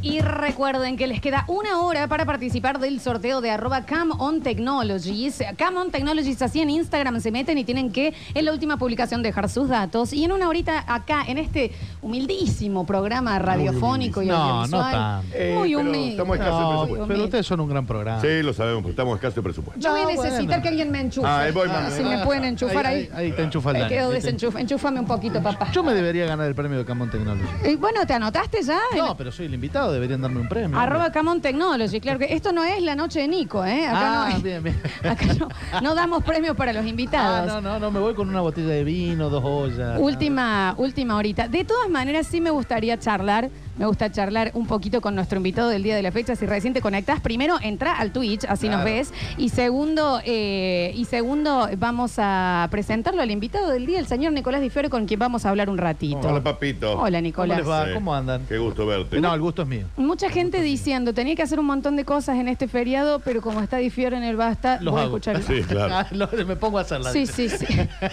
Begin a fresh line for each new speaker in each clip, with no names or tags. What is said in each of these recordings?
Y recuerden que les queda una hora para participar del sorteo de arroba Cam on Technologies. Cam on Technologies así en Instagram se meten y tienen que en la última publicación dejar sus datos. Y en una horita acá, en este humildísimo programa radiofónico y
humilde. No,
audiovisual.
no tanto.
Muy
Eh, pero
humilde.
estamos escasos de
Muy
No,
presupuesto.
pero
humilde.
ustedes son un gran programa.
Sí, lo sabemos, porque estamos escasos de presupuesto.
Yo voy a
No,
necesitar
Ah, bueno.
que alguien me enchufe.
Ah, ahí voy, mami.
si me pueden enchufar ahí.
Ahí, te enchufa el
Te
Dani.
quedo
Ahí te
desenchufa. Enchúfame un poquito, papá.
enchufa. Yo me debería ganar el premio de Camón Technology.
Y bueno, ¿te anotaste ya?
No, pero soy el invitado, deberían darme un premio.
Arroba Camon Technology, claro que esto no es la noche de Nico, ¿eh? Acá
Ah,
no,
bien, bien.
acá no, no damos premios para los invitados.
Ah, no, no, no, me voy con una botella de vino, dos ollas.
Última, última horita. De todas maneras, sí me gustaría charlar, me gusta charlar un poquito con nuestro invitado del día de la fecha. Si recién te conectás, primero entra al Twitch, así nos ves. Y segundo, eh, y segundo, vamos a presentarlo al invitado del día, el señor Nicolás Di Fiore, con quien vamos a hablar un ratito.
Hola, papito.
Hola,
¿Cómo
Nicolás.
les va?
Sí.
¿Cómo andan?
Qué gusto verte.
No, el gusto es mío.
Mucha gente diciendo, tenía que hacer un montón de cosas en este feriado, pero como está difiero en el basta,
Los
voy
hago.
a escuchar.
Sí, claro.
Lo- me pongo a hacerla.
Sí, sí, sí.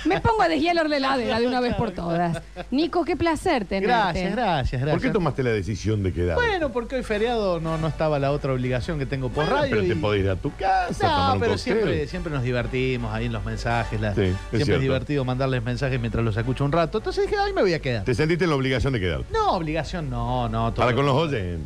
Me pongo a deshielar la heladera de una vez por todas. Nico, qué placer tenerte.
Gracias, gracias, gracias.
¿Por qué tomaste la decisión de quedar?
Bueno, porque hoy feriado no, no estaba la otra obligación que tengo por radio.
pero te
y-
podés ir a tu casa. tomar
No,
un
pero
cóctel.
siempre, siempre nos divertimos ahí en los mensajes. la-
Sí, es
siempre es
cierto.
divertido mandarles mensajes mientras los escucho un rato. Entonces dije, ay, me voy a quedar.
Te sentiste en la obligación de quedarte.
No, obligación, no, no. todo- Eh,
Para con los oyentes.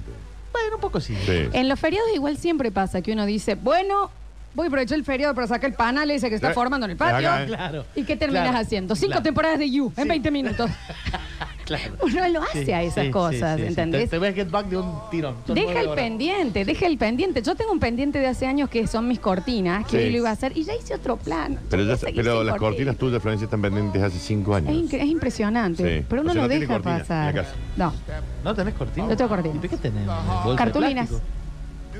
Bueno, un poco sí.
Sí.
En los feriados igual siempre pasa que uno dice, bueno, voy a aprovechar el feriado para sacar el panal ese que está
Eh,
formando en el patio.
acá, eh.
Claro.
¿Y qué terminas
Claro.
haciendo? Cinco
Claro.
temporadas de You en
Sí.
20 minutos.
Claro.
Uno lo hace
Sí,
a esas
sí,
cosas,
sí, sí, sí.
¿entendés?
Te, te voy a get back de un tirón. Son
Deja
nueve
el
horas.
pendiente, deja el pendiente. Yo tengo un pendiente de hace años que son mis cortinas, que
Sí.
hoy lo iba a hacer y ya hice otro plan.
Pero,
Voy a
ya-
seguir
pero
sin
las cortinas tuyas, Florencia, están pendientes hace cinco años.
Es, incre- es impresionante,
Sí.
pero
O
uno
sea,
no
no tiene
deja
cortina en
pasar.
la casa.
No,
¿No tenés cortinas?
No tengo cortinas.
¿Y qué tenés? ¿Bolsa de
cartulinas.
plástico?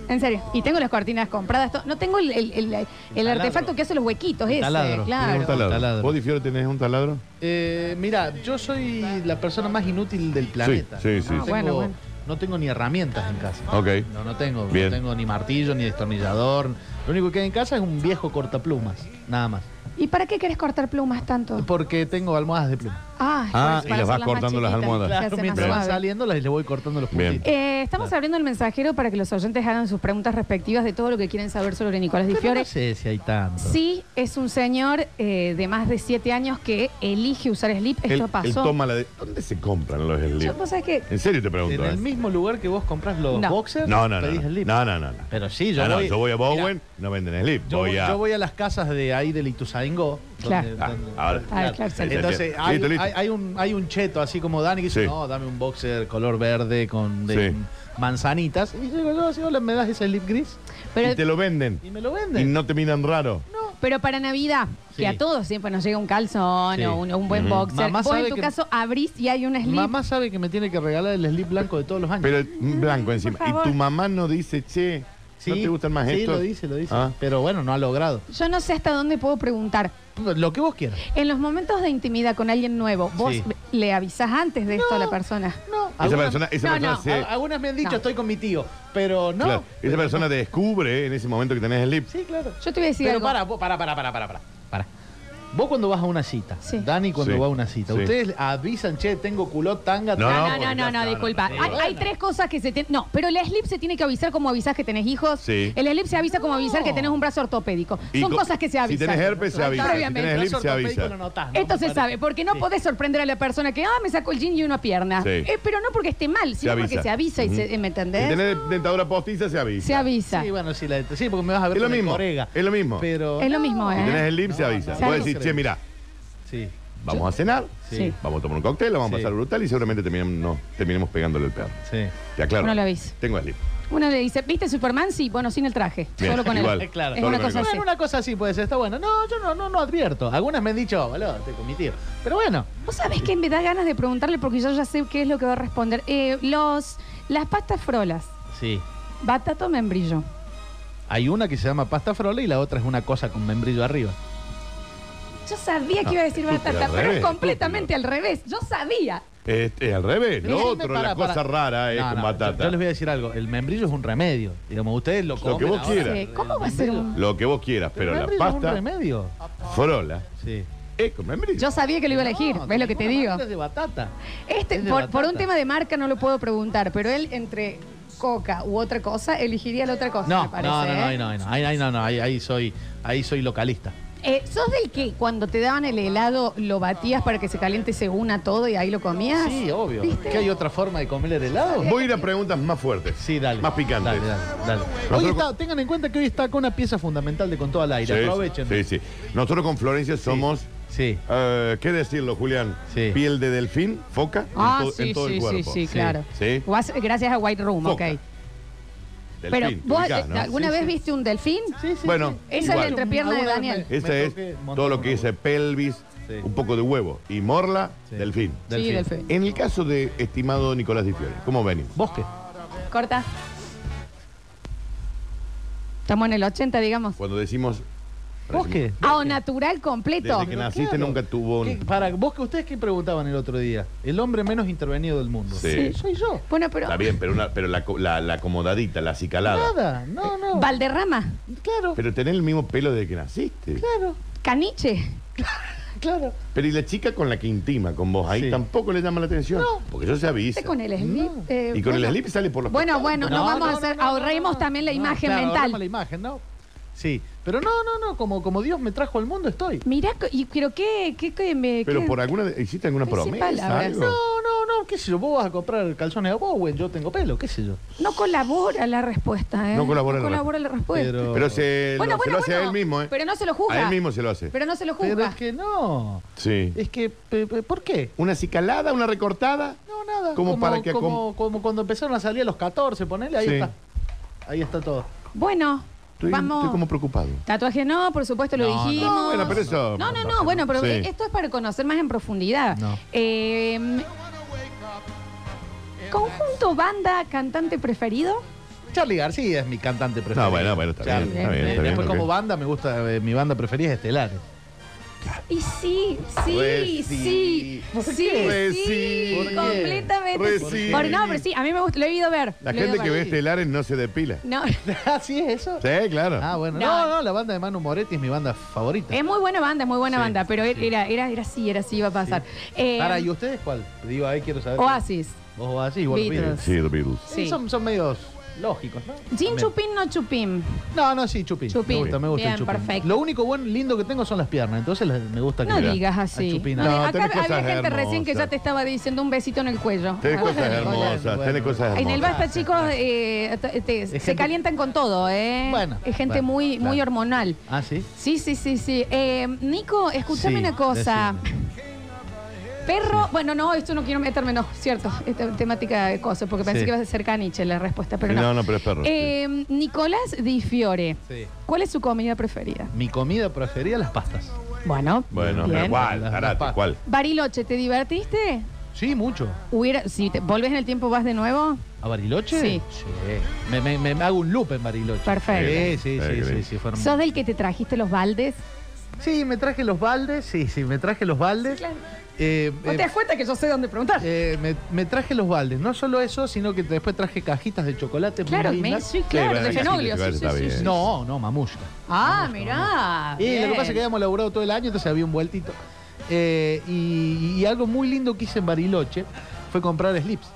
En serio. Y tengo las cortinas compradas. to- No tengo el, el- el- el
taladro.
artefacto que hace los huequitos ese.
taladro.
Claro.
¿Tenés un taladro?
Taladro.
¿Vos, Di Fiore, tenés un taladro?
Eh, mira, yo soy la persona más inútil del planeta.
sí,
no,
sí, Ah,
sí.
Tengo,
Bueno, bueno.
no tengo ni herramientas en casa.
Ok.
No, no tengo.
Bien.
No tengo ni martillo, ni destornillador. Lo único que hay en casa es un viejo cortaplumas, nada más.
¿Y para qué querés cortar plumas tanto?
Porque tengo almohadas de pluma.
Ah, para-
Ah, y
para
las vas
hacerlas más
cortando las
chiquitas,
almohadas.
se hace
Claro,
más
mientras
suave.
van saliendo las les voy cortando los
Bien.
puntitos.
Eh, estamos abriendo el mensajero para que los oyentes hagan sus preguntas respectivas de todo lo que quieren saber sobre Nicolás Di
Pero
Fiore.
no sé si hay tanto.
Sí, es un señor eh, de más de 7 años que elige usar slip.
Él-
Esto
él
pasó.
toma la de- ¿Dónde se compran los
Yo,
slips?
¿vos sabés qué?
En serio te
En
pregunto.
el
eh.
mismo lugar que vos compras los
No.
boxers,
No, no, no.
pedís
No,
el lip.
no, no. no, no.
Pero sí, yo
Ah, no,
voy...
yo voy a
Mirá,
Bowen, no venden slip.
Yo voy,
voy a.
yo voy a las casas de ahí del Ituzaingó.
Claro.
donde-
Ah,
donde-
ahora.
Ah, claro, sí.
Entonces,
Listo,
hay,
listo.
hay- hay un, hay un cheto así como Dani que dice,
Sí.
no, dame un boxer color verde con de-
Sí.
manzanitas. Y yo digo, no, si hola, me das ese lip gris
Pero,
Y te lo venden.
y me lo
Y
venden.
no te miran raro.
pero para Navidad,
Sí.
que a todos siempre nos llega un calzón
Sí.
o un, un buen
Ujú.
boxer.
Mamá
Vos en
sabe
tu
que-
caso abrís y hay un slip.
Mamá sabe que me tiene que regalar el slip blanco de todos los años.
Pero el blanco encima.
por
Y tu
favor.
mamá no dice, che, ¿no te gustan más
sí,
estos?
lo dice, lo dice.
Ah.
Pero bueno, no ha logrado.
Yo no sé hasta dónde puedo preguntar.
Lo que vos quieras.
En los momentos de intimidad con alguien nuevo, ¿vos
Sí.
le avisás antes de esto a la persona?
No.
Esa
Algunas-
persona, esa
No,
persona
no. ah,
se-
al- Algunas me han dicho,
No.
estoy con mi tío. Pero no.
claro, esa persona te descubre en ese momento que tenés slip.
Sí, claro.
Yo te voy a decir
Pero
algo.
para, vos- para, para, para, para, para, para. Vos cuando vas a una cita,
Sí.
Dani cuando
Sí.
va a una cita,
Sí.
ustedes avisan, che, tengo culot, tanga,
No,
No,
no,
tanga.
no,
porque
no, no,
ya- no,
disculpa.
no, no,
hay,
no.
hay tres cosas que se tienen. No, pero el slip se tiene que avisar como avisás que tenés hijos.
Sí.
El slip se avisa como avisar que tenés un brazo ortopédico.
Y
Son
co-
cosas que se
si
avisan.
tenés herpes, se avisa. Si
Previamente.
tenés slip, se avisa.
ortopédico lo notás, ¿no?
Esto
Me
se
parece.
sabe, porque no
Sí.
podés sorprender a la persona que, ah, me sacó el jean y una pierna.
Sí.
Eh, pero no porque esté mal, sino porque se avisa y
Ujú.
se, ¿me entendés?
Si tenés dentadura postiza, se avisa.
Se avisa.
Sí, bueno, sí, la, sí, porque me vas a ver
Es lo
con el
mismo,
corega.
es lo mismo.
Pero,
Es lo mismo,
Si
¿eh?
tenés slip, se avisa.
no,
no,
Vos
no
decís,
creo.
che, mirá,
Sí.
vamos a cenar,
Sí.
vamos a tomar un cóctel, la vamos a
Sí.
pasar brutal y seguramente terminemos, no, terminemos pegándole el perro.
Sí.
Te aclaro.
Uno lo avisa.
Tengo slip.
Uno le dice, ¿viste Superman? Sí, bueno, sin el traje.
Bien,
solo con
igual,
el.
claro.
Es
solo
una
con
cosa
el traje.
así.
Bueno, una cosa así puede ser, está bueno. No, yo no, no, no advierto. Algunas me han dicho, oh, boludo, estoy con mi tío. Pero bueno,
Vos sabés que me da ganas de preguntarle porque yo ya sé qué es lo que va a responder. Eh, los, las pastas frolas,
sí.
batato membrillo.
Hay una que se llama pasta frola y la otra es una cosa con membrillo arriba.
Yo sabía que iba a decir
No, estúpida,
batata,
al
pero es
revés,
completamente al revés. Yo sabía.
Este, al revés,
Pero
lo
déjenme
otro,
para-
la cosa
para-
rara es
No,
con
no,
batata.
Yo, yo les voy a decir algo. El membrillo es un remedio. Digamos, ustedes lo comen
que vos
ahora.
quieras.
Sí, ¿Cómo va a ser un.?
Lo que vos quieras, pero
el
la
membrillo es un
pasta
remedio.
frola
Sí.
es con membrillo.
Yo sabía que lo iba a elegir,
No,
¿ves lo que te
ninguna
digo?
manera es de batata.
Este,
es de
por, por un
batata.
tema de marca no lo puedo preguntar, pero él entre coca u otra cosa, elegiría la otra cosa,
No,
me
no,
parece.
no, no,
¿eh?
ahí no, ahí no, ahí, ahí no, no, ahí, ahí soy, ahí soy localista.
Eh, ¿Sos del que cuando te daban el helado lo batías para que se caliente según a todo y ahí lo comías?
Sí, obvio.
Ah, ¿Viste?
¿Que hay otra forma de comer el helado?
Voy a ir a preguntas más fuertes.
Sí, dale.
Más picantes.
Dale, dale, dale.
Nosotros-
Hoy está- tengan en cuenta que hoy está con una pieza fundamental de Con todo al
Sí,
aire. Aprovechen.
Sí, sí. Nosotros con Florencia somos.
Sí.
eh, ¿Qué decirlo, Julián?
Sí.
Piel de delfín, foca
Ah,
en, to-
sí,
en todo
sí,
el
sí,
cuerpo.
sí, claro.
Sí.
Vas- Gracias a White Room,
Foca.
ok.
Delfín,
Pero,
te
¿vos eh,
ubicás,
este,
¿no?
alguna
Sí,
vez
sí.
viste un delfín?
Sí, sí,
Bueno,
Esa es la
igual.
entrepierna de
Alguna vez
Daniel.
me-
Esa
me
es
toqué montar
todo lo
una
que dice
vuelta.
pelvis,
Sí.
un poco de huevo y morla,
Sí.
delfín.
Sí,
Delfín.
delfín.
En el caso de estimado Nicolás Di Fiore, ¿cómo venimos?
Bosque.
Corta. Estamos en el 80, digamos.
Cuando decimos.
Bosque.
Ah, o natural completo.
Desde que naciste
claro.
nunca tuvo
¿Qué-
un.
Para vos que ustedes qué preguntaban el otro día, el hombre menos intervenido del mundo.
Sí.
Soy yo.
Bueno, pero.
Está bien, pero, una, pero la, co- la, la acomodadita, la acicalada.
Nada, no, no.
Valderrama,
Claro,
Pero tenés el mismo pelo desde que naciste.
claro,
caniche.
claro.
Pero y la chica con la que intima con vos, ahí
Sí.
tampoco le llama la atención.
No.
Porque yo se avisa.
Este con el slip.
No.
eh,
Mm. Y con
bueno.
el slip sale por los
Bueno,
costados.
bueno, no, vamos a hacer.
no, no,
ahorremos
no,
también la
no,
imagen
claro, ahorremos la
mental.
imagen, ¿no? Sí, pero no, no, no, como, como Dios me trajo al mundo estoy.
Mirá, co- y pero qué, qué, qué me.
Pero
qué-
por alguna. ¿Hiciste alguna
Sí, sin
promesa?
palabras.
Algo?
No, no, no, qué sé yo, vos vas a comprar calzones a Bowen, yo tengo pelo, qué sé yo.
No colabora la respuesta, ¿eh?
No colabora la
la respuesta.
Pero-
Pero se,
Bueno, bueno,
lo, se lo hace
bueno,
a él mismo, ¿eh?
pero no se lo juzga.
A él mismo se lo hace.
Pero eh. no se lo
Pero
juzga.
es que no.
Sí.
Es que, pe- pe- ¿por qué?
¿Una acicalada, una recortada?
No, nada.
Como para que acom-
como, como cuando empezaron a salir a los 14, ponele, ahí
Sí.
está. Ahí está todo.
Bueno,
Estoy,
vamos.
estoy como preocupado.
Tatuaje no, por supuesto lo
No, no.
dijimos.
No,
bueno, pero eso-
No, no, no, bueno, pero
Sí.
eh, esto es para conocer más en profundidad.
No.
Eh, ¿Conjunto, banda, cantante preferido?
Charlie García es mi cantante preferido.
No, bueno, bueno, está bien,
Charlie.
está bien, está
Eh,
bien,
Después,
ok.
como banda, me gusta, eh, mi banda preferida es Estelares.
Y sí, sí,
Re
sí, sí,
sí.
sí,
Re sí.
¿Por qué?
completamente.
Re
sí.
sí.
Por- no, pero sí, a mí me gusta, lo he ido ver.
La
lo he ido
gente que ve
ver.
estelares no se depila.
No,
¿Así ¿Ah, es eso?
Sí, claro.
Ah, bueno.
No.
No. no, la banda de Manu Moretti es mi banda favorita.
es muy buena banda, es muy buena
Sí,
banda, pero
sí.
era, era, era así, era así, iba a pasar. Eh,
Para, ¿y ustedes cuál? Digo, ahí quiero saber.
Oasis.
Vos Oasis, vos
Beatles.
Beatles.
Sí, The Beatles.
Sí.
Sí, Son, son medios lógicos, ¿no?
Gin
También.
Chupín, no Chupín.
No, no, sí, chupín.
Chupín.
Me gusta, me gusta
Bien,
el chupín.
perfecto.
Lo único buen, lindo que tengo son las piernas, entonces las- me gusta que
No
me-
digas
a
así.
chupín.
No,
No,
digas- acá
tenés
había
cosas
gente recién que ya
hermosas.
te estaba diciendo un besito en el cuello.
Tenés
Ah,
cosas
bueno.
hermosas,
bueno,
tenés
bueno.
cosas hermosas.
En el basta, chicos, eh, te- te- se
gente-
calientan con todo, ¿eh?
Bueno,
Es gente
bueno,
muy, muy
claro.
hormonal.
Ah, sí.
Sí, sí, sí, sí. Eh, Nico, escúchame
Sí,
una cosa.
decime.
Perro, bueno, no, esto no quiero meterme, no, cierto, esta temática de cosas, porque pensé
Sí.
que iba a ser caniche la respuesta, pero no.
No, no, pero es perro.
Eh, Nicolás Di Fiore,
Sí.
¿cuál es su comida preferida?
Mi comida preferida, las pastas.
Bueno,
Bueno,
bien.
pero ¿cuál?
Las-
Tarate,
las patas.
¿cuál?
Bariloche, ¿te divertiste?
Sí, mucho.
Hubiera, si te, volvés en el tiempo, vas de nuevo.
¿A Bariloche?
Sí.
Me, me- me- me hago un loop en Bariloche.
Perfecto.
Sí, sí, sí,
Perfecto.
sí, sí, fue hermoso.
¿Sos del que te trajiste los baldes?
Sí, me traje los baldes, sí, sí, me traje los baldes.
claro.
Eh,
¿No
eh,
te das cuenta que yo sé dónde preguntar?
eh, me, me traje los baldes, no solo eso, sino que después traje cajitas de chocolate. muy
claro,
lindas.
me, sí, claro,
bueno,
de
sí,
Fenoglio,
sí,
sí,
está
sí, sí,
bien.
sí.
No, no, mamushka.
Ah, mirá.
Y lo
bien.
que pasa es que habíamos laburado todo el año, entonces había un vueltito. Eh, y, y algo muy lindo que hice en Bariloche fue comprar slips.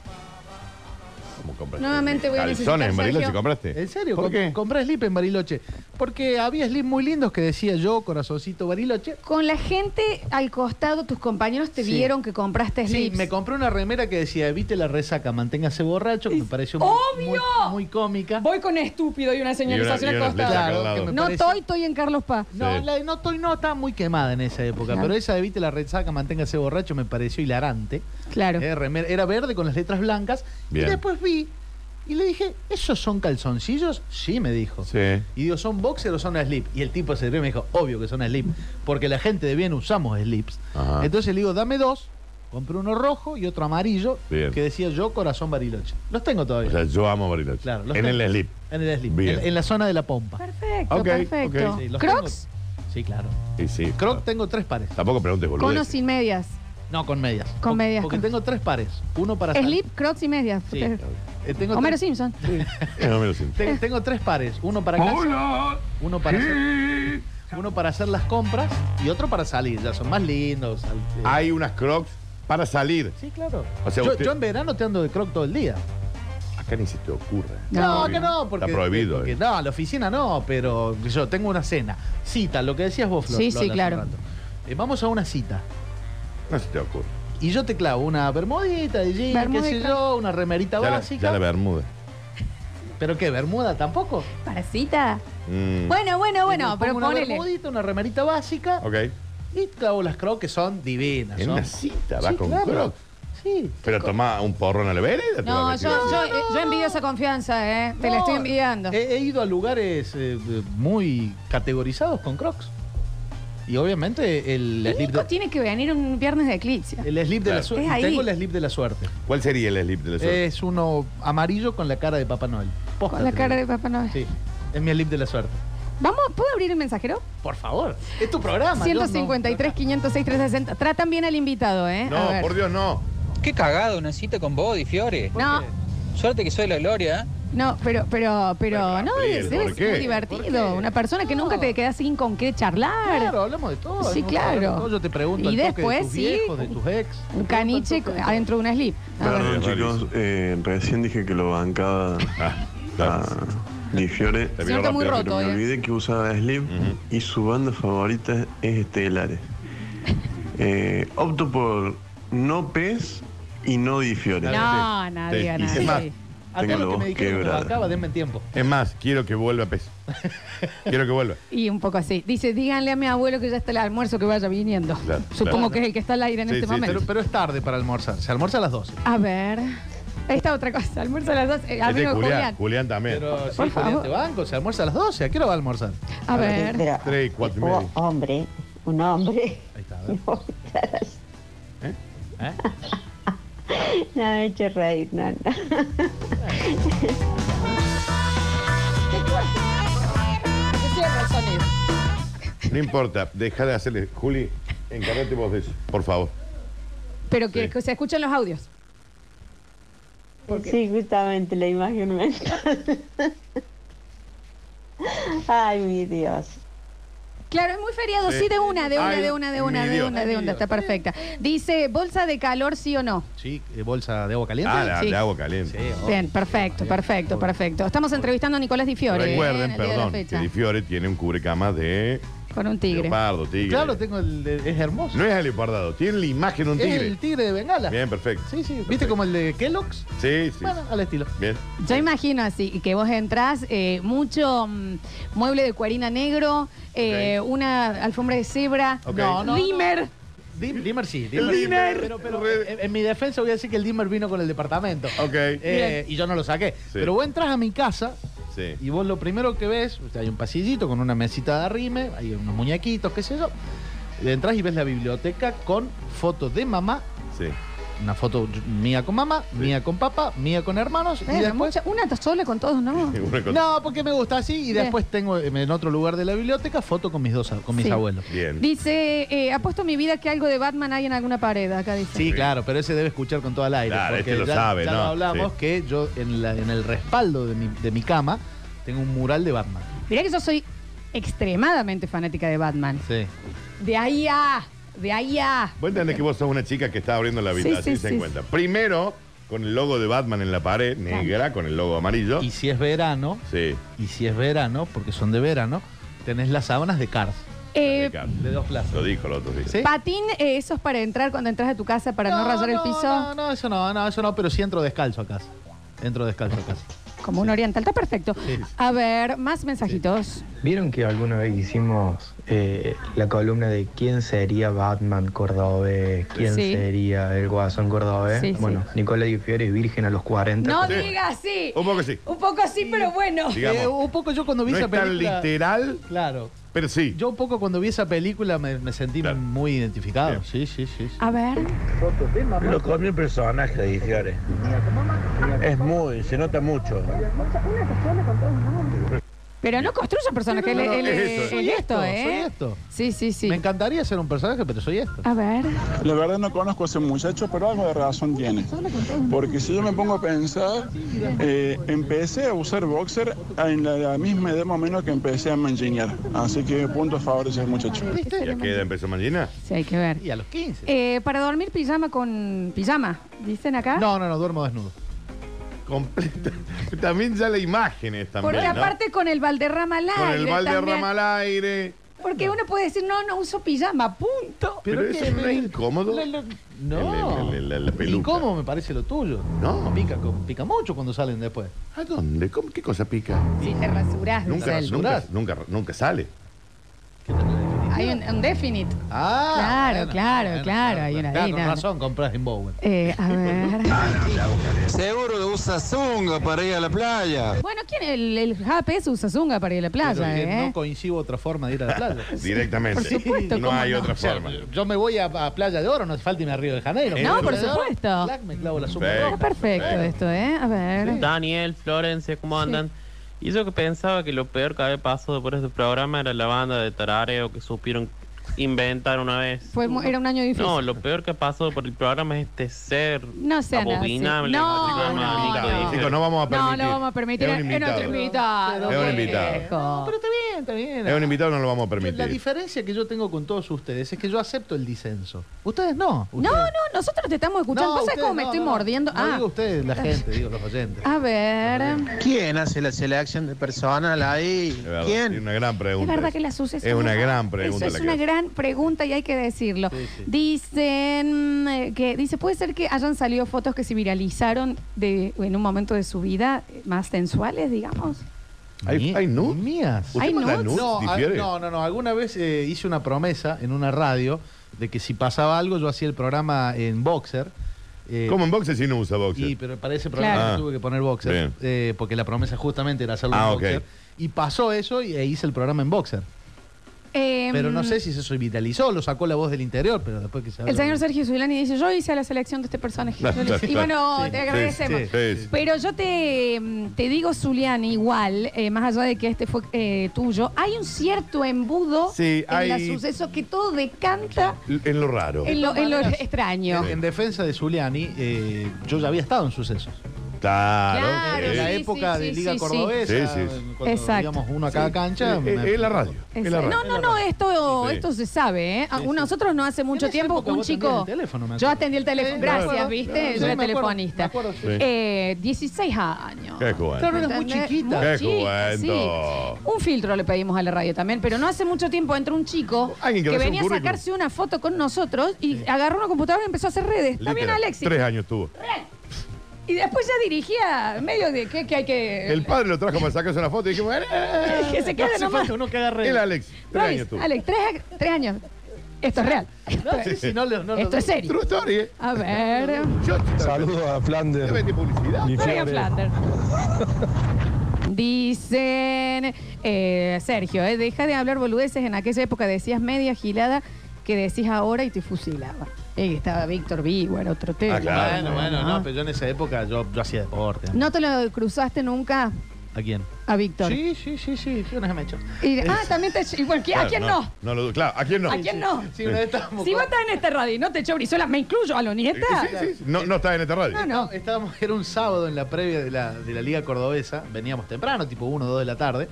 ¿Cómo compraste?
Nuevamente voy a necesitar,
Calzones en Bariloche
Sergio.
compraste.
¿En serio?
¿Por
com-
qué?
Compré slip en Bariloche. Porque había slips muy lindos que decía yo, corazoncito Bariloche.
Con la gente al costado, tus compañeros te
Sí.
vieron que compraste
Sí,
slips.
me compré una remera que decía evite la resaca, manténgase borracho, que me pareció muy-
¡Obvio!
Muy, muy cómica.
Voy con estúpido y una señalización al
Y una- y una
costado.
flecha
Claro,
al lado.
que me-
No
parece-
estoy, estoy en Carlos Paz.
No,
Sí.
la de no estoy no estaba muy quemada en esa época,
Claro.
pero esa de evite la resaca, manténgase borracho me pareció hilarante.
Claro.
Eh, remera- era verde con las letras blancas.
Bien.
Y después vi y le dije, ¿esos son calzoncillos? Sí, me dijo.
Sí.
Y digo, ¿son boxer o son slip? Y el tipo se rió y me dijo, obvio que son slip, porque la gente de bien usamos slips.
Ajá.
Entonces le digo, dame dos. Compré uno rojo y otro amarillo,
Bien.
que decía yo, corazón bariloche. Los tengo todavía.
O sea, yo amo Bariloche.
Claro, los
en
tengo.
el slip.
en el slip,
Bien.
en, en la zona de la pompa.
Perfecto,
Ok,
perfecto.
ok.
Sí, los
¿Crocs?
Sí, claro.
Y sí.
Croc
claro.
tengo tres pares.
Tampoco preguntes, boludo.
Con o sin medias.
No, con medias.
Con
Po-
medias,
Porque
con-
tengo tres pares. Uno para... sal-
Slip, crocs y medias.
Sí.
Eh,
Eh, tengo
Homero
tres-
Simpson.
te- tengo tres pares. Uno para casa, uno para, hacer, uno para hacer las compras y otro para salir. Ya son más lindos. sal- eh,
Hay unas crocs para salir.
Sí, claro.
O sea,
yo,
usted-
yo en verano te ando de croc todo el día.
Acá ni se te ocurra.
No,
No, que no, porque.
Está prohibido,
porque-
eh.
No, a la oficina no, pero yo tengo una cena. Cita, lo que decías vos, Flor.
Sí,
Lola,
sí,
hace
claro.
un rato. Eh, vamos a una cita.
No se te ocurre.
Y yo te clavo una bermudita de jean,
Bermuda
qué
y
sé
croc.
yo, una remerita
Ya la,
básica.
ya la bermuda.
¿Pero qué? ¿Bermuda tampoco?
Para cita.
Mm,
Bueno, bueno, bueno,
Pongo
pero
una
ponele.
bermudita, una remerita básica
Ok.
y clavo las crocs que son divinas.
En
son-
una cita, vas
Sí,
con
claro.
croc.
Sí.
Pero toma un porro en la vereda. te
No,
vas
yo,
metiendo
yo,
así.
eh, yo envidio esa confianza, ¿eh? Te la estoy
No, Eh,
envidiando.
He, he ido a lugares eh, eh, muy categorizados con crocs. Y obviamente el
El
slip
Nico
de,
tiene que venir un viernes de eclipse.
el slip de la
Claro.
Es ahí.
suerte. Tengo el slip de la suerte.
¿Cuál sería el slip de la suerte?
Es uno amarillo con la cara de Papá Noel. Posta
Con la
te
cara de
digo.
Papá Noel.
eh, Sí. Es mi slip de la suerte.
Vamos, ¿puedo abrir el mensajero?
Por favor. Es tu programa. yo no-
153, 506, 360. Tratan bien al invitado, ¿eh? A
no,
ver.
por Dios, no.
Qué cagada una cita con Body, Fiore.
No,
Suerte que soy la Gloria. ¿eh?
no, pero, pero, pero,
Pero,
no, debe
Gabriel, ¿por
ser muy
qué?
¿Por
divertido.
qué?
Una persona que
No.
nunca te quedas sin con qué charlar.
Claro, hablamos de todo.
Sí,
Hemos hablado de
claro.
todo. Yo te pregunto
Y
al toque
después,
de tus
sí,
viejos, de
un-
tus ex. Te
Un
pregunto
caniche
al toque de-
adentro de una slip. A ver.
Claro.
Perdón, chicos. eh, recién dije que lo bancaba
Ah,
a
claro.
Di Fiore,
Te
Siento
vino
muy
rápido,
roto.
pero me
eh.
olvidé que usaba Slip y su banda favorita es Estelares. Eh, opto por no Pez y no Di Fiore.
No, nadie,
Sí. Y
nadie.
es más,
A todo
Tengo
lo
la
que me
voz
dijeron que me
quebrada.
bancaba, denme tiempo.
Es más, quiero que vuelva pez. quiero que vuelva.
Y un poco así. Dice, díganle a mi abuelo que ya está el almuerzo que vaya viniendo.
Claro,
Supongo
claro.
que es el que está al aire en
Sí,
este
sí,
momento.
Pero, pero es tarde para almorzar. Se almuerza a las 12.
A ver. Esta otra cosa. Almuerzo a las dos. Eh,
Es de
amigo
Este Julián,
Julián.
Julián también.
Pero
Por
sí, Julián,
favor.
te banco. Se almuerza a las 12. ¿A qué hora va a almorzar?
A ver.
Pero,
Tres, cuatro y
o-
medio.
Hombre, un hombre.
Ahí está. a ver.
No,
¿Eh?
me ha hecho reír, no, no.
No importa, deja de hacerle. Juli, encárgate vos de eso, por favor.
Pero que,
Sí.
que se escuchen los audios.
Sí, justamente la imagen mental. Ay, mi Dios.
Claro, es muy feriado. Sí,
Sí. Ah,
de una, de una,
Ay,
de una, de
mi
una, de
Dios.
una, de una. Está perfecta. Dice, bolsa de calor, sí o no.
Sí, eh, bolsa de agua caliente.
Ah, la,
Sí.
de agua caliente.
Sí, oh.
Bien, perfecto, perfecto, perfecto. Estamos entrevistando a Nicolás Di Fiore. eh, en
Recuerden,
el día de la
perdón,
fecha.
que Di Fiore tiene un cubrecama de
Con un tigre.
leopardo, tigre.
oh. Claro, tengo el de- es hermoso.
No es el leopardo, tiene la imagen de un
es
tigre.
el tigre de Bengala.
Bien, perfecto.
Sí, sí. ¿Viste
Perfecto.
como el de Kellogg's?
Sí, sí.
Bueno, al estilo.
Bien.
Yo imagino así, y que vos entrás, eh, mucho mm, mueble de cuarina negro, eh, una alfombra de cebra,
Ok.
No, no,
Limer.
Dim- Dimmer sí. Dimmer,
El
sí,
Dimmer.
Pero, pero, eh, en, mi defensa voy a decir que el Dimmer vino con el departamento.
Ah, Ok.
Eh, y yo no lo saqué. Pero vos entras a mi casa
Sí.
y vos lo primero que ves, o sea, hay un pasillito con una mesita de arrime, hay unos muñequitos, qué sé yo. Entras y ves la biblioteca con fotos de mamá,
Sí.
una foto mía con mamá, mía con papá, mía con hermanos y
Eh,
Bueno,
después...
mucha- una sola con todos, ¿no?
Ninguna cosa.
No, porque me gusta así y después tengo em, en otro lugar de la biblioteca foto con mis dos con mis
Sí.
abuelos.
Bien.
Dice, eh, apuesto mi vida que algo de Batman hay en alguna pared, acá dice.
Sí, claro, pero ese debe escuchar con toda el aire.
Claro,
porque
este lo
ya,
sabe,
ya
¿no?
lo hablamos
Sí.
que yo en, la- en el respaldo de mi, de mi cama tengo un mural de Batman.
Mirá que yo soy extremadamente fanática de Batman.
Sí.
De ahí a, de ahí a.
Vos entendés que vos sos una chica que está abriendo la
Sí,
habitación
sí,
y se
sí.
encuentra. Primero, con el logo de Batman en la pared, negra, con el logo amarillo.
Y si es verano,
Sí.
y si es verano, porque son de verano, tenés las sábanas de Cars,
Eh,
Ricardo.
de dos plazas.
Lo dijo el otro día.
¿Sí?
patín, eh, eso es para entrar cuando entras a tu casa para no, rayar el piso.
No, no, eso no, no, eso no, pero sí entro descalzo a casa. Entro descalzo a casa.
Como un oriental, está perfecto. A ver, más mensajitos.
¿Vieron que alguna vez hicimos eh, la columna de quién sería Batman cordobés? ¿Quién
Sí.
sería el guasón cordobés?
Sí, sí.
bueno, Nicolás Di Fiore es virgen a los 40.
No
Sí.
digas así.
Oh.
Un poco sí.
Un poco así, pero bueno.
Digamos.
Eh, un poco yo cuando vi
No
esa
es tan
película.
literal,
Claro.
pero sí.
Yo un poco cuando vi esa película me, me sentí
Claro.
muy identificado.
Bien.
Sí, sí, sí. sí.
A ver.
Lo comió el personaje de Fiore. Es muy, se nota mucho.
Pero no construya personajes.
No, no,
él- él
no, es
es
eso.
él
Soy
esto,
esto,
¿eh?
soy esto.
Sí, sí, sí.
Me encantaría ser un personaje, pero soy esto.
Ah,
A ver.
La verdad no conozco a ese muchacho, pero algo de razón tiene. Porque si yo me pongo a pensar, eh, empecé a usar boxer en la, la misma edad más o menos que empecé a manginear. Así que punto a favor de ese muchacho.
¿Y a qué edad empezó Mangina?
Sí, hay que ver.
Y a los 15.
Eh, para dormir pijama con pijama, dicen
ah.
acá.
No, no, no, duermo desnudo.
Completa. También ya la imagen es también.
Porque
¿no?
aparte con el Valderrama al
Con el
aire también.
Valderrama al aire.
Porque uno puede decir, no, no uso pijama, punto.
Pero eso
que-
no es incómodo.
La- la- no.
El- el- el- el- la peluca.
Incómodo me parece lo tuyo.
No.
Pica, co- pica mucho cuando salen después.
¿A dónde? ¿Cómo? ¿Qué cosa pica?
Si te rasurás,
Nunca,
Giselle.
nunca, nunca, nunca sale.
Hay un, un definite.
Ah,
Claro, claro, claro, hay una ahí,
con
nada.
razón compras en Bowen.
Eh, a ver.
¿eh?
Seguro que usa zunga para ir a la playa.
bueno, ¿quién? El, el Jape se usa zunga para ir a la
Pero
playa,
que
¿eh?
no coincido otra forma de ir a la playa.
Directamente.
por supuesto,
no
¿cómo
hay
no?
otra
O sea,
forma.
yo me voy a, a Playa de Oro, no hace falta irme a Río de Janeiro.
No,
Me voy a
por
Playa de Oro,
supuesto.
clac, me clavo la suma
Perfecto.
roja.
Está perfecto esto, ¿eh? A ver.
Daniel, Florencia, ¿cómo andan? Y yo que pensaba que lo peor que había pasado por este programa era la banda de tarareo que supieron inventar una vez.
Fue, mu- era un año difícil.
No, lo peor que ha pasado por el programa es este ser
No sean así.
abominable.
No,
Chicos, es un
no,
invitado.
no.
Chicos, no vamos a permitir.
No, lo vamos a permitir.
Es un
Es
invitado.
otro invitado.
Es un
qué
invitado.
viejo.
Pero está bien, está bien.
Es un invitado, no lo vamos a
La
permitir.
diferencia que yo tengo con todos ustedes es que yo acepto el disenso. Ustedes no.
No, no, nosotros te estamos escuchando. ¿Vos sabés cómo me estoy mordiendo?
No digo
ah,
ustedes, la gente, digo los oyentes.
a ver.
¿Quién hace la selección de personal ahí?
Es verdad,
¿Quién?
Es una gran
Es
pregunta.
verdad que la sucesión.
Es una gran pregunta.
Eso
la
es
que
una
hace.
gran pregunta y hay que decirlo.
Sí, sí.
Dicen eh, que, dice, puede ser que hayan salido fotos que se viralizaron de, en un momento de su vida eh, más sensuales, digamos.
¿Hay, hay nudes?
Mías.
¿Usted
¿Hay
manda
nudes? ah,
nudes?
No, a-
¿Difiere?
no, no, no. Alguna vez eh, hice una promesa en una radio de que si pasaba algo, yo hacía el programa en boxer. eh,
¿Cómo en boxer si no usa boxer?
Y pero para ese programa
Claro.
yo tuve que poner boxer,
Bien.
eh, porque la promesa justamente era hacerlo
Ah,
en
ok.
boxer. Y pasó eso y e hice el programa en boxer.
Eh,
Pero no sé si eso se vitalizó, lo sacó la voz del interior, pero después que se
El señor Sergio Zulani dice, yo hice a la selección de este personaje.
Claro, claro,
y bueno,
claro.
te
Sí,
agradecemos.
sí, sí, sí.
Pero yo te, mm, te digo, Zuliani, igual, eh, más allá de que este fue eh, tuyo, hay un cierto embudo
Sí,
en
hay-
los sucesos que todo decanta
En lo raro.
en lo, en lo extraño.
En defensa de Zuliani, eh, yo ya había estado en sucesos.
Claro. Eh,
Claro,
sí.
en la
sí,
época
sí,
de
sí,
Liga
sí, sí.
Cordobesa,
Sí, sí, sí.
cuando
Exacto.
digamos uno a cada cancha.
Eh,
me-
eh, es la radio.
Es-
es la radio.
no, no, no, esto,
Sí.
esto se sabe, ¿eh? A- Nosotros no hace mucho
esa
tiempo
época
un
vos atendías
chico...
el teléfono, me
yo
acuerdo.
atendí el teléfono,
Sí, me
gracias,
acuerdo.
¿viste?
Claro,
yo
sí,
era
me acuerdo,
telefonista.
me acuerdo, sí.
Eh, 16 años.
Qué joven.
Claro, eras muy chiquita.
Qué
chica, sí.
cuento.
Un filtro le pedimos a la radio también, pero no hace mucho tiempo entró un chico
Alguien que
que
hace un
venía a
currículum.
sacarse una foto con nosotros y agarró una computadora y empezó a hacer redes. Está bien,
Literal.
Alexis. Eh.
Tres años tuvo.
Y después ya dirigía medio de que, que hay que.
El padre lo trajo para sacarse una foto y dijimos, "Eh,
que se quede
Hace
nomás.
falta uno que agarre.
el Alex. Tres
Royce,
años tuvo.
Alex, tres, tres años. Esto es real. Esto,
Sí,
es-
sí, no, le- no,
esto
no-
es serio.
True story, eh.
A ver.
Yo-
Saludos a
¿Te
Flanders.
vende publicidad?
Florian Flander. Dicen, eh, Sergio, eh, deja de hablar boludeces. En aquella época decías media gilada que decís ahora y te fusilaba. Eh, estaba Víctor Vigo, era otro tema. Ah.
Ah,
Bueno,
claro.
bueno, no, pero yo en esa época yo, yo hacía deporte.
¿No te lo cruzaste nunca
¿A quién?
a Víctor?
Sí, sí, sí, sí, yo no me he hecho.
Y- ah, también te... y bueno, ¿qué- ¿A
Claro,
quién no?
No lo dudo. Claro, ¿a quién no?
¿A quién no?
Sí, una vez estábamos.
Si
con-
vos estás en este radio y no te echó brisola, me incluyo a los
Sí,
nietas.
sí, sí. No, no está en esta radio.
No,
No, estábamos, era un sábado en la previa de la, de la Liga Cordobesa, veníamos temprano, tipo 1 o 2 de la tarde.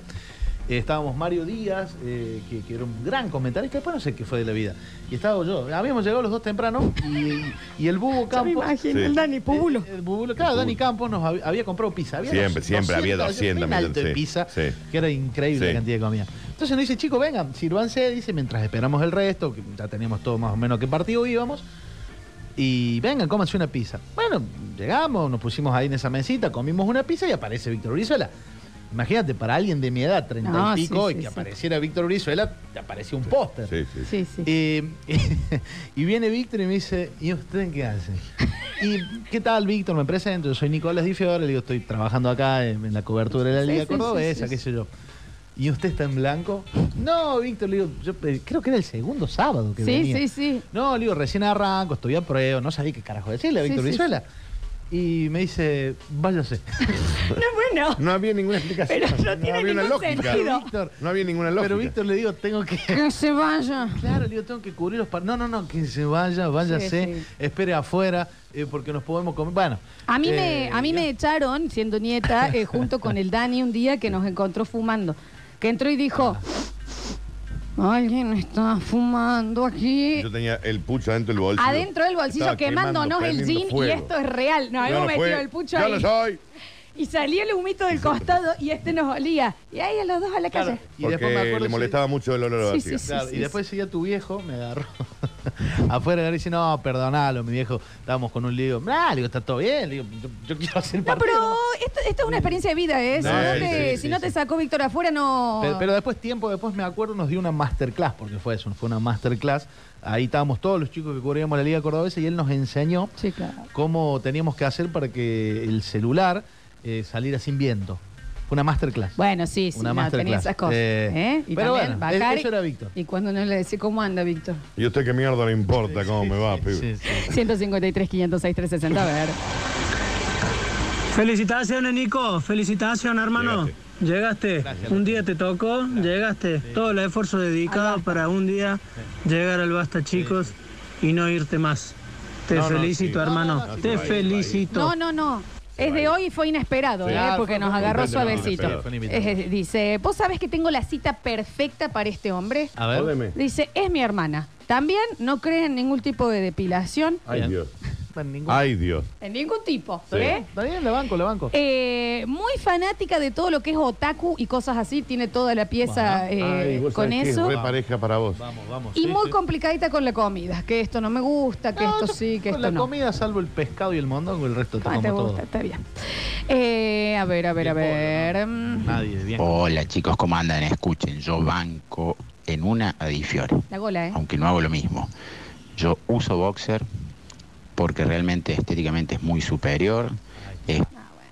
Eh, estábamos Mario Díaz, eh, que, que era un gran comentarista, después no sé qué fue de la vida. Y estaba yo, habíamos llegado los dos temprano y, y el Bubo
Ya me
Campos.
imagino,
Sí.
el Dani Pubulo.
Eh, eh, Bubulo, claro, Dani Campos nos había, había comprado pizza. Había
Siempre, siempre había 200
bien alto
millones,
en
sí,
pizza,
sí.
que era increíble
Sí.
la cantidad de comida. Entonces nos dice, chicos, vengan, sírvanse, dice, mientras esperamos el resto, que ya teníamos todo más o menos qué partido íbamos. Y vengan, cómanse una pizza. Bueno, llegamos, nos pusimos ahí en esa mesita, comimos una pizza y aparece Víctor Brizuela. Imagínate, para alguien de mi edad, 30
No,
y
sí,
pico, y
sí, sí.
que apareciera Víctor Brizuela, te aparecía un póster.
Sí, sí, sí.
Sí, sí.
Eh, y viene Víctor y me dice, ¿y usted qué hace? ¿Y qué tal, Víctor? Me presento, yo soy Nicolás Di Fiore, le digo, estoy trabajando acá en, en la cobertura de la
Sí,
Liga
sí,
Cordobesa,
sí, sí,
qué
sí.
sé yo. ¿Y usted está en blanco? No, Víctor, le digo, yo eh, creo que era el segundo sábado que
Sí,
venía.
sí, sí.
No, le digo, recién arranco, estoy a prueba, no sabía qué carajo decirle a
Sí,
Víctor
sí,
Brizuela. y me dice, váyase.
No, bueno.
No había ninguna explicación.
Pero no tiene
había una
ningún
lógica.
sentido.
Víctor,
No había ninguna lógica.
pero Víctor le digo, tengo que...
Que se vaya.
Claro, le digo, tengo que cubrir los par- No, no, no, que se vaya, váyase,
Sí, sí.
espere afuera, eh, porque nos podemos comer. Bueno.
A mí,
eh,
me, a mí me echaron, siendo nieta, eh, junto con el Dani un día que nos encontró fumando. Que entró y dijo, alguien está fumando aquí.
Yo tenía el pucho adentro del bolsillo.
Adentro del bolsillo
Estaba
quemándonos el
prendiendo
jean y
fuego.
esto es real. Nos
Yo
habíamos
no fui,
metido el pucho
yo
ahí.
no soy.
Y salía el humito del costado y este nos olía. Y ahí a los dos a la
Claro,
calle.
y
Porque
después me acuerdo
le
si-
molestaba mucho el olor a
Sí, sí,
vacío.
sí.
Claro, y después seguía tu viejo, me agarró afuera y dice, no, perdonalo, mi viejo, estábamos con un lío. Nah, le digo, está todo bien, le digo, yo, yo quiero hacer
No,
partido,
pero esto, esto es una experiencia de vida, ¿eh? Si
No,
no
sí,
te,
sí,
si
sí,
no
sí.
te sacó Víctor afuera, no...
Pero, pero después, tiempo después, me acuerdo, nos dio una masterclass, porque fue eso, fue una masterclass. Ahí estábamos todos los chicos que cubríamos la Liga Cordobesa y él nos enseñó
Sí, claro.
cómo teníamos que hacer para que el celular eh, saliera sin viento. Fue una masterclass.
Bueno, sí, sí,
Una
no, tenía
masterclass.
esas cosas.
Eh,
¿eh? Y
pero
también
bueno,
bajar
e- eso era Víctor.
Y cuando no le decía, ¿cómo anda, Víctor?
¿Y usted qué mierda le importa cómo me va, pibe?
153, 506, 360, a ver.
Felicitaciones, Nico. Felicitaciones, hermano. Llegaste. Un día te tocó, llegaste. Todo el esfuerzo dedicado para un día llegar al basta, chicos, y no irte más. Este Te
No, no,
felicito,
sí.
hermano.
No, no, no,
te
sí, va a ir, va a ir.
felicito.
No, no, no. Es de hoy y fue inesperado,
Sí.
¿eh?
Ah,
porque
fue-
nos
fue
agarró
invitado,
suavecito.
fue
un invitado.
Eh, eh, dice, ¿vos sabés que tengo la cita perfecta para este hombre?
A ver.
Ódeme.
Dice, es mi hermana. También no cree en ningún tipo de depilación.
Ay,
Bien.
Dios.
Está en ningún-
Ay, Dios.
En ningún tipo,
Sí.
¿eh?
Está bien, le banco, le banco.
Eh, muy fanática de todo lo que es otaku y cosas así. Tiene toda la pieza eh,
Ay, vos
con
sabés que es
eso.
re pareja para vos.
vamos, vamos.
Y
sí,
muy
sí.
complicadita con la comida. Que esto no me gusta, que
No,
esto
yo-
sí, que
con
esto
la
no.
comida, salvo el pescado y el mondongo, el resto te
Ah,
como
te
todo.
gusta, está bien. Eh, a ver, a ver, a
Bien,
ver. Mm,
Nadie, bien.
Hola chicos, ¿cómo andan? Escuchen, yo banco en una a Di Fiore,
La gola, ¿eh?
aunque no hago lo mismo. Yo uso boxer porque realmente estéticamente es muy superior. Es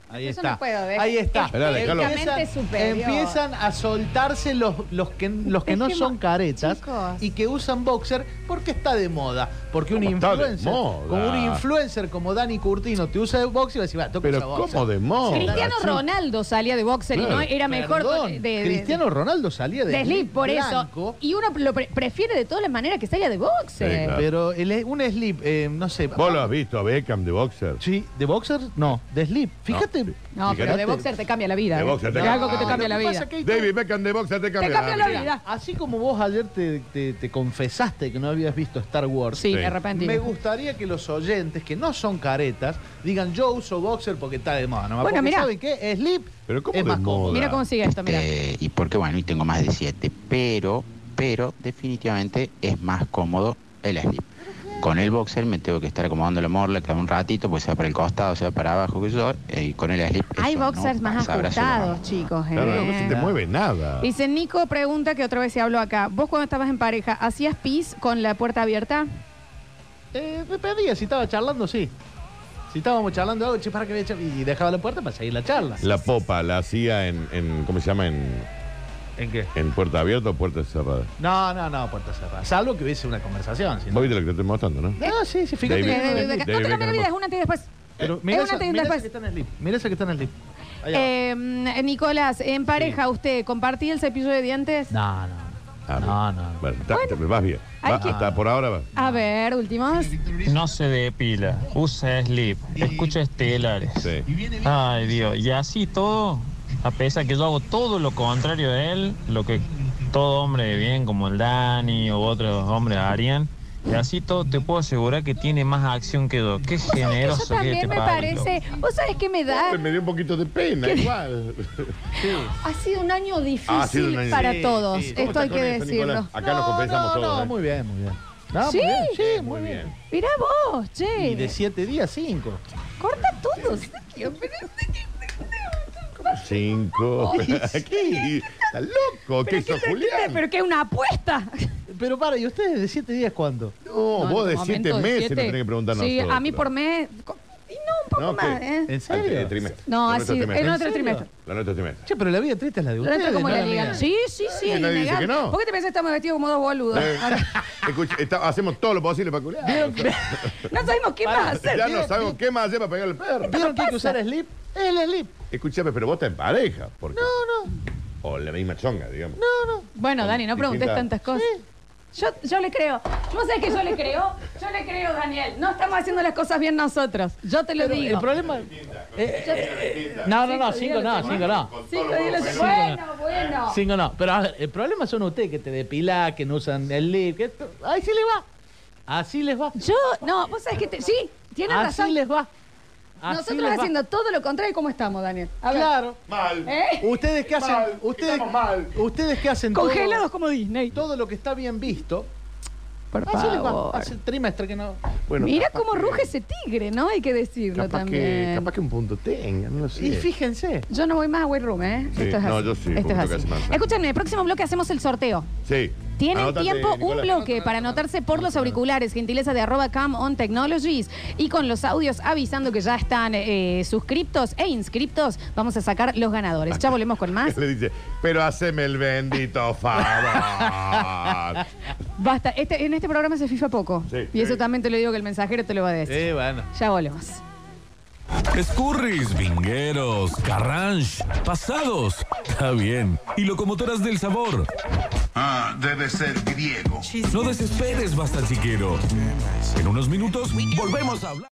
Ahí
Eso
está.
no puedo ver.
Ahí está.
Esperá, dejalo.
Técnicamente superior.
empiezan a soltarse los, los que, los que
Es
no
que
son
mo-
caretas
Chicos.
y que usan boxer porque está de moda. Porque un
¿Cómo está de
influencer,
moda?
como un influencer como Dani Curtino te usa de boxer y va a decir, va, tengo que
Pero
usar boxer.
¿cómo de moda?
Cristiano
Sí.
Ronaldo salía de boxer y
Claro.
no era mejor
Perdón,
de, de- de-
Cristiano Ronaldo salía de,
de slip, por
blanco,
eso. Y uno lo pre- prefiere de todas las maneras que salga de boxer.
Sí, claro.
Pero el- un slip, eh, no sé.
¿Vos lo has visto a Beckham de boxer?
Sí, ¿de boxer? No, de slip. Fíjate.
No, pero
Fíjate.
de boxer te cambia la vida. ¿eh?
De boxer te
Es
cambia
algo que te
la
cambia la
vida.
vida.
Lo que pasa es
David Beckham de boxer te cambia,
Te cambia la
vida.
vida.
Así como vos ayer te, te- te confesaste que no habías visto Star Wars,
Sí,
Sí.
de repente.
me gustaría que los oyentes que no son caretas digan yo uso boxer porque está de moda. ¿no?
Bueno,
Porque
mirá.
¿Saben qué? Slip
Pero ¿cómo
es
de
más cómodo.
moda?
Mira cómo sigue esto, mira.
Eh, y porque bueno, y tengo más de 7, pero, pero definitivamente es más cómodo el slip. Con el boxer me tengo que estar acomodando la morla cada un ratito, pues sea para el costado, sea para abajo, que yo, eh, y con el slip.
Hay
eso no
boxers más
pasa, abrazo,
ajustados,
mamá.
chicos.
Claro,
¿eh?
no se te mueve nada.
Dice Nico, pregunta que otra vez se habló acá. ¿Vos cuando estabas en pareja, hacías pis con la puerta abierta?
Eh, me pedía, si estaba charlando, sí. Si estábamos charlando algo, che, para que voy a echar- Y dejaba la puerta para seguir la charla.
La popa la hacía en, en ¿cómo se llama? En,
¿En qué?
en puerta abierta o puerta cerrada.
No, no, no, puerta cerrada. Salvo que hubiese una conversación. Si no.
Vos viste lo que te estoy mostrando, ¿no?
No, sí, sí, fíjate.
David-
Eh,
que-
de- de- de-
David
no te cambia la
Beckham.
vida, es una antes y después.
Pero
Es
mira
una
esa,
tenda
mira esa
después.
que está en el slip. Mira esa que está en el slip. Ahí abajo.
Eh, mm, Nicolás, en pareja, ¿usted compartía el cepillo de dientes?
No, no.
Ah,
No, no. no.
Bueno, está- te- vas bien.
Hay
Va,
que-
Hasta por ahora va.
A ver, últimos.
No se depila, usa slip, escucha estelares.
Sí.
Ay Dios, y así todo, a pesar que yo hago todo lo contrario de él, lo que todo hombre de bien como el Dani o otros hombres harían, y así todo te puedo asegurar que tiene más acción que yo. Qué
Vos sabés que Eso
generoso que
también
este
me
Pablo.
parece. ¿Vos sabés qué me da?
Me dio un poquito de pena, igual.
Ha sido un año
Ha sido
difícil
un año
Ah, para
difícil.
todos.
Sí, sí.
¿Cómo
Esto
estás
hay que
con eso,
decirlo.
Nicolás? Acá nos confesamos
no,
todos.
No,
¿eh?
muy bien, muy bien. No,
Sí.
muy bien, sí, muy bien.
Mirá vos, che.
Y de 7 días, 5.
Corta todo, Sergio, pero es que- este
Cinco. ¿Qué? ¿Estás
pero
loco? ¿Qué
que
sos,
esto-
Julián?
pero que es una apuesta.
Pero para, ¿y ustedes de 7 días cuánto?
No,
No,
vos
en
de
este
siete
momento, de
meses
siete.
nos tenés que preguntar
Sí,
nosotros.
a mí por mes. co- Y no, un poco más, ¿eh?
¿En
serio?
trimestre.
No,
La
así,
nuestra
en otro
trimestre.
trimestre.
La nuestra trimestre.
Che, pero la vida triste es la de
La
ustedes.
nuestra como
¿no?
la
la
liga.
mía.
Sí, sí, sí.
Nadie dice
innegable.
que no.
¿Por qué te pensás que estamos vestidos como dos boludos?
Eh, escucha, está- hacemos todo lo posible para culiar.
No sabemos qué más hacer. ¿eh?
Ya no sabemos qué más hacer para pegar el perro.
¿Vieron que hay que usar slip? Es el slip.
Escuchame, pero vos estás en pareja. Porque,
No, no,
O la misma chonga, digamos.
no, no.
Bueno, Dani, no preguntes tantas
distintas-
cosas. Yo, yo le creo. ¿Vos sabés que yo le creo? Yo le creo, Daniel. No estamos haciendo las cosas bien nosotros. Yo te lo
Pero
digo.
el problema. eh, No, no, no, cinco no, cinco no.
Cinco días lo-
Cinco
Bueno,
no.
bueno.
Cinco no. Pero a ver, el problema son ustedes que te depilan, que no usan el lip. Que esto- Ahí sí les va. Así les va.
Yo, no, vos sabés que te- sí, tienes
Así
razón.
les va.
Ah,
Así
Nosotros
les va.
haciendo todo lo contrario como estamos, Daniel. A ver.
Claro.
Mal.
¿Eh?
Ustedes que hacen.
Mal,
ustedes,
estamos mal.
ustedes que hacen. todo-
Congelados como Disney.
Todo lo que está bien visto.
Por
Así les va.
favor.
Ah, Hace trimestre que no.
Bueno,
Mira
capaz
cómo
que-
ruge ese tigre, ¿no? Hay que decirlo
capaz
también.
Que, capaz que un punto tenga, no lo sé.
Y fíjense.
Yo no voy más a White Room, ¿eh?
Sí,
Esto es
no,
así.
yo sí,
Esto es
porque tengo que
así.
hacer más.
Escúchame, el próximo bloque hacemos el sorteo.
Sí.
Tienen
Anótate,
tiempo un
Nicolás.
bloque para anotarse por los auriculares, gentileza de arroba cam on technologies y con los audios avisando que ya están eh, suscriptos e inscriptos, vamos a sacar los ganadores. Ya volvemos con más.
Le dice, pero haceme el bendito favor.
Basta, este- en este programa se fifa poco.
Sí.
y eso
Sí.
también te lo digo que el mensajero te lo va a decir.
Eh, bueno.
Ya volvemos.
Escurris, vingueros, carranche, pasados. Está bien. Y locomotoras del sabor.
Ah, debe ser griego.
No desesperes, basta chiquero. En unos minutos volvemos a hablar.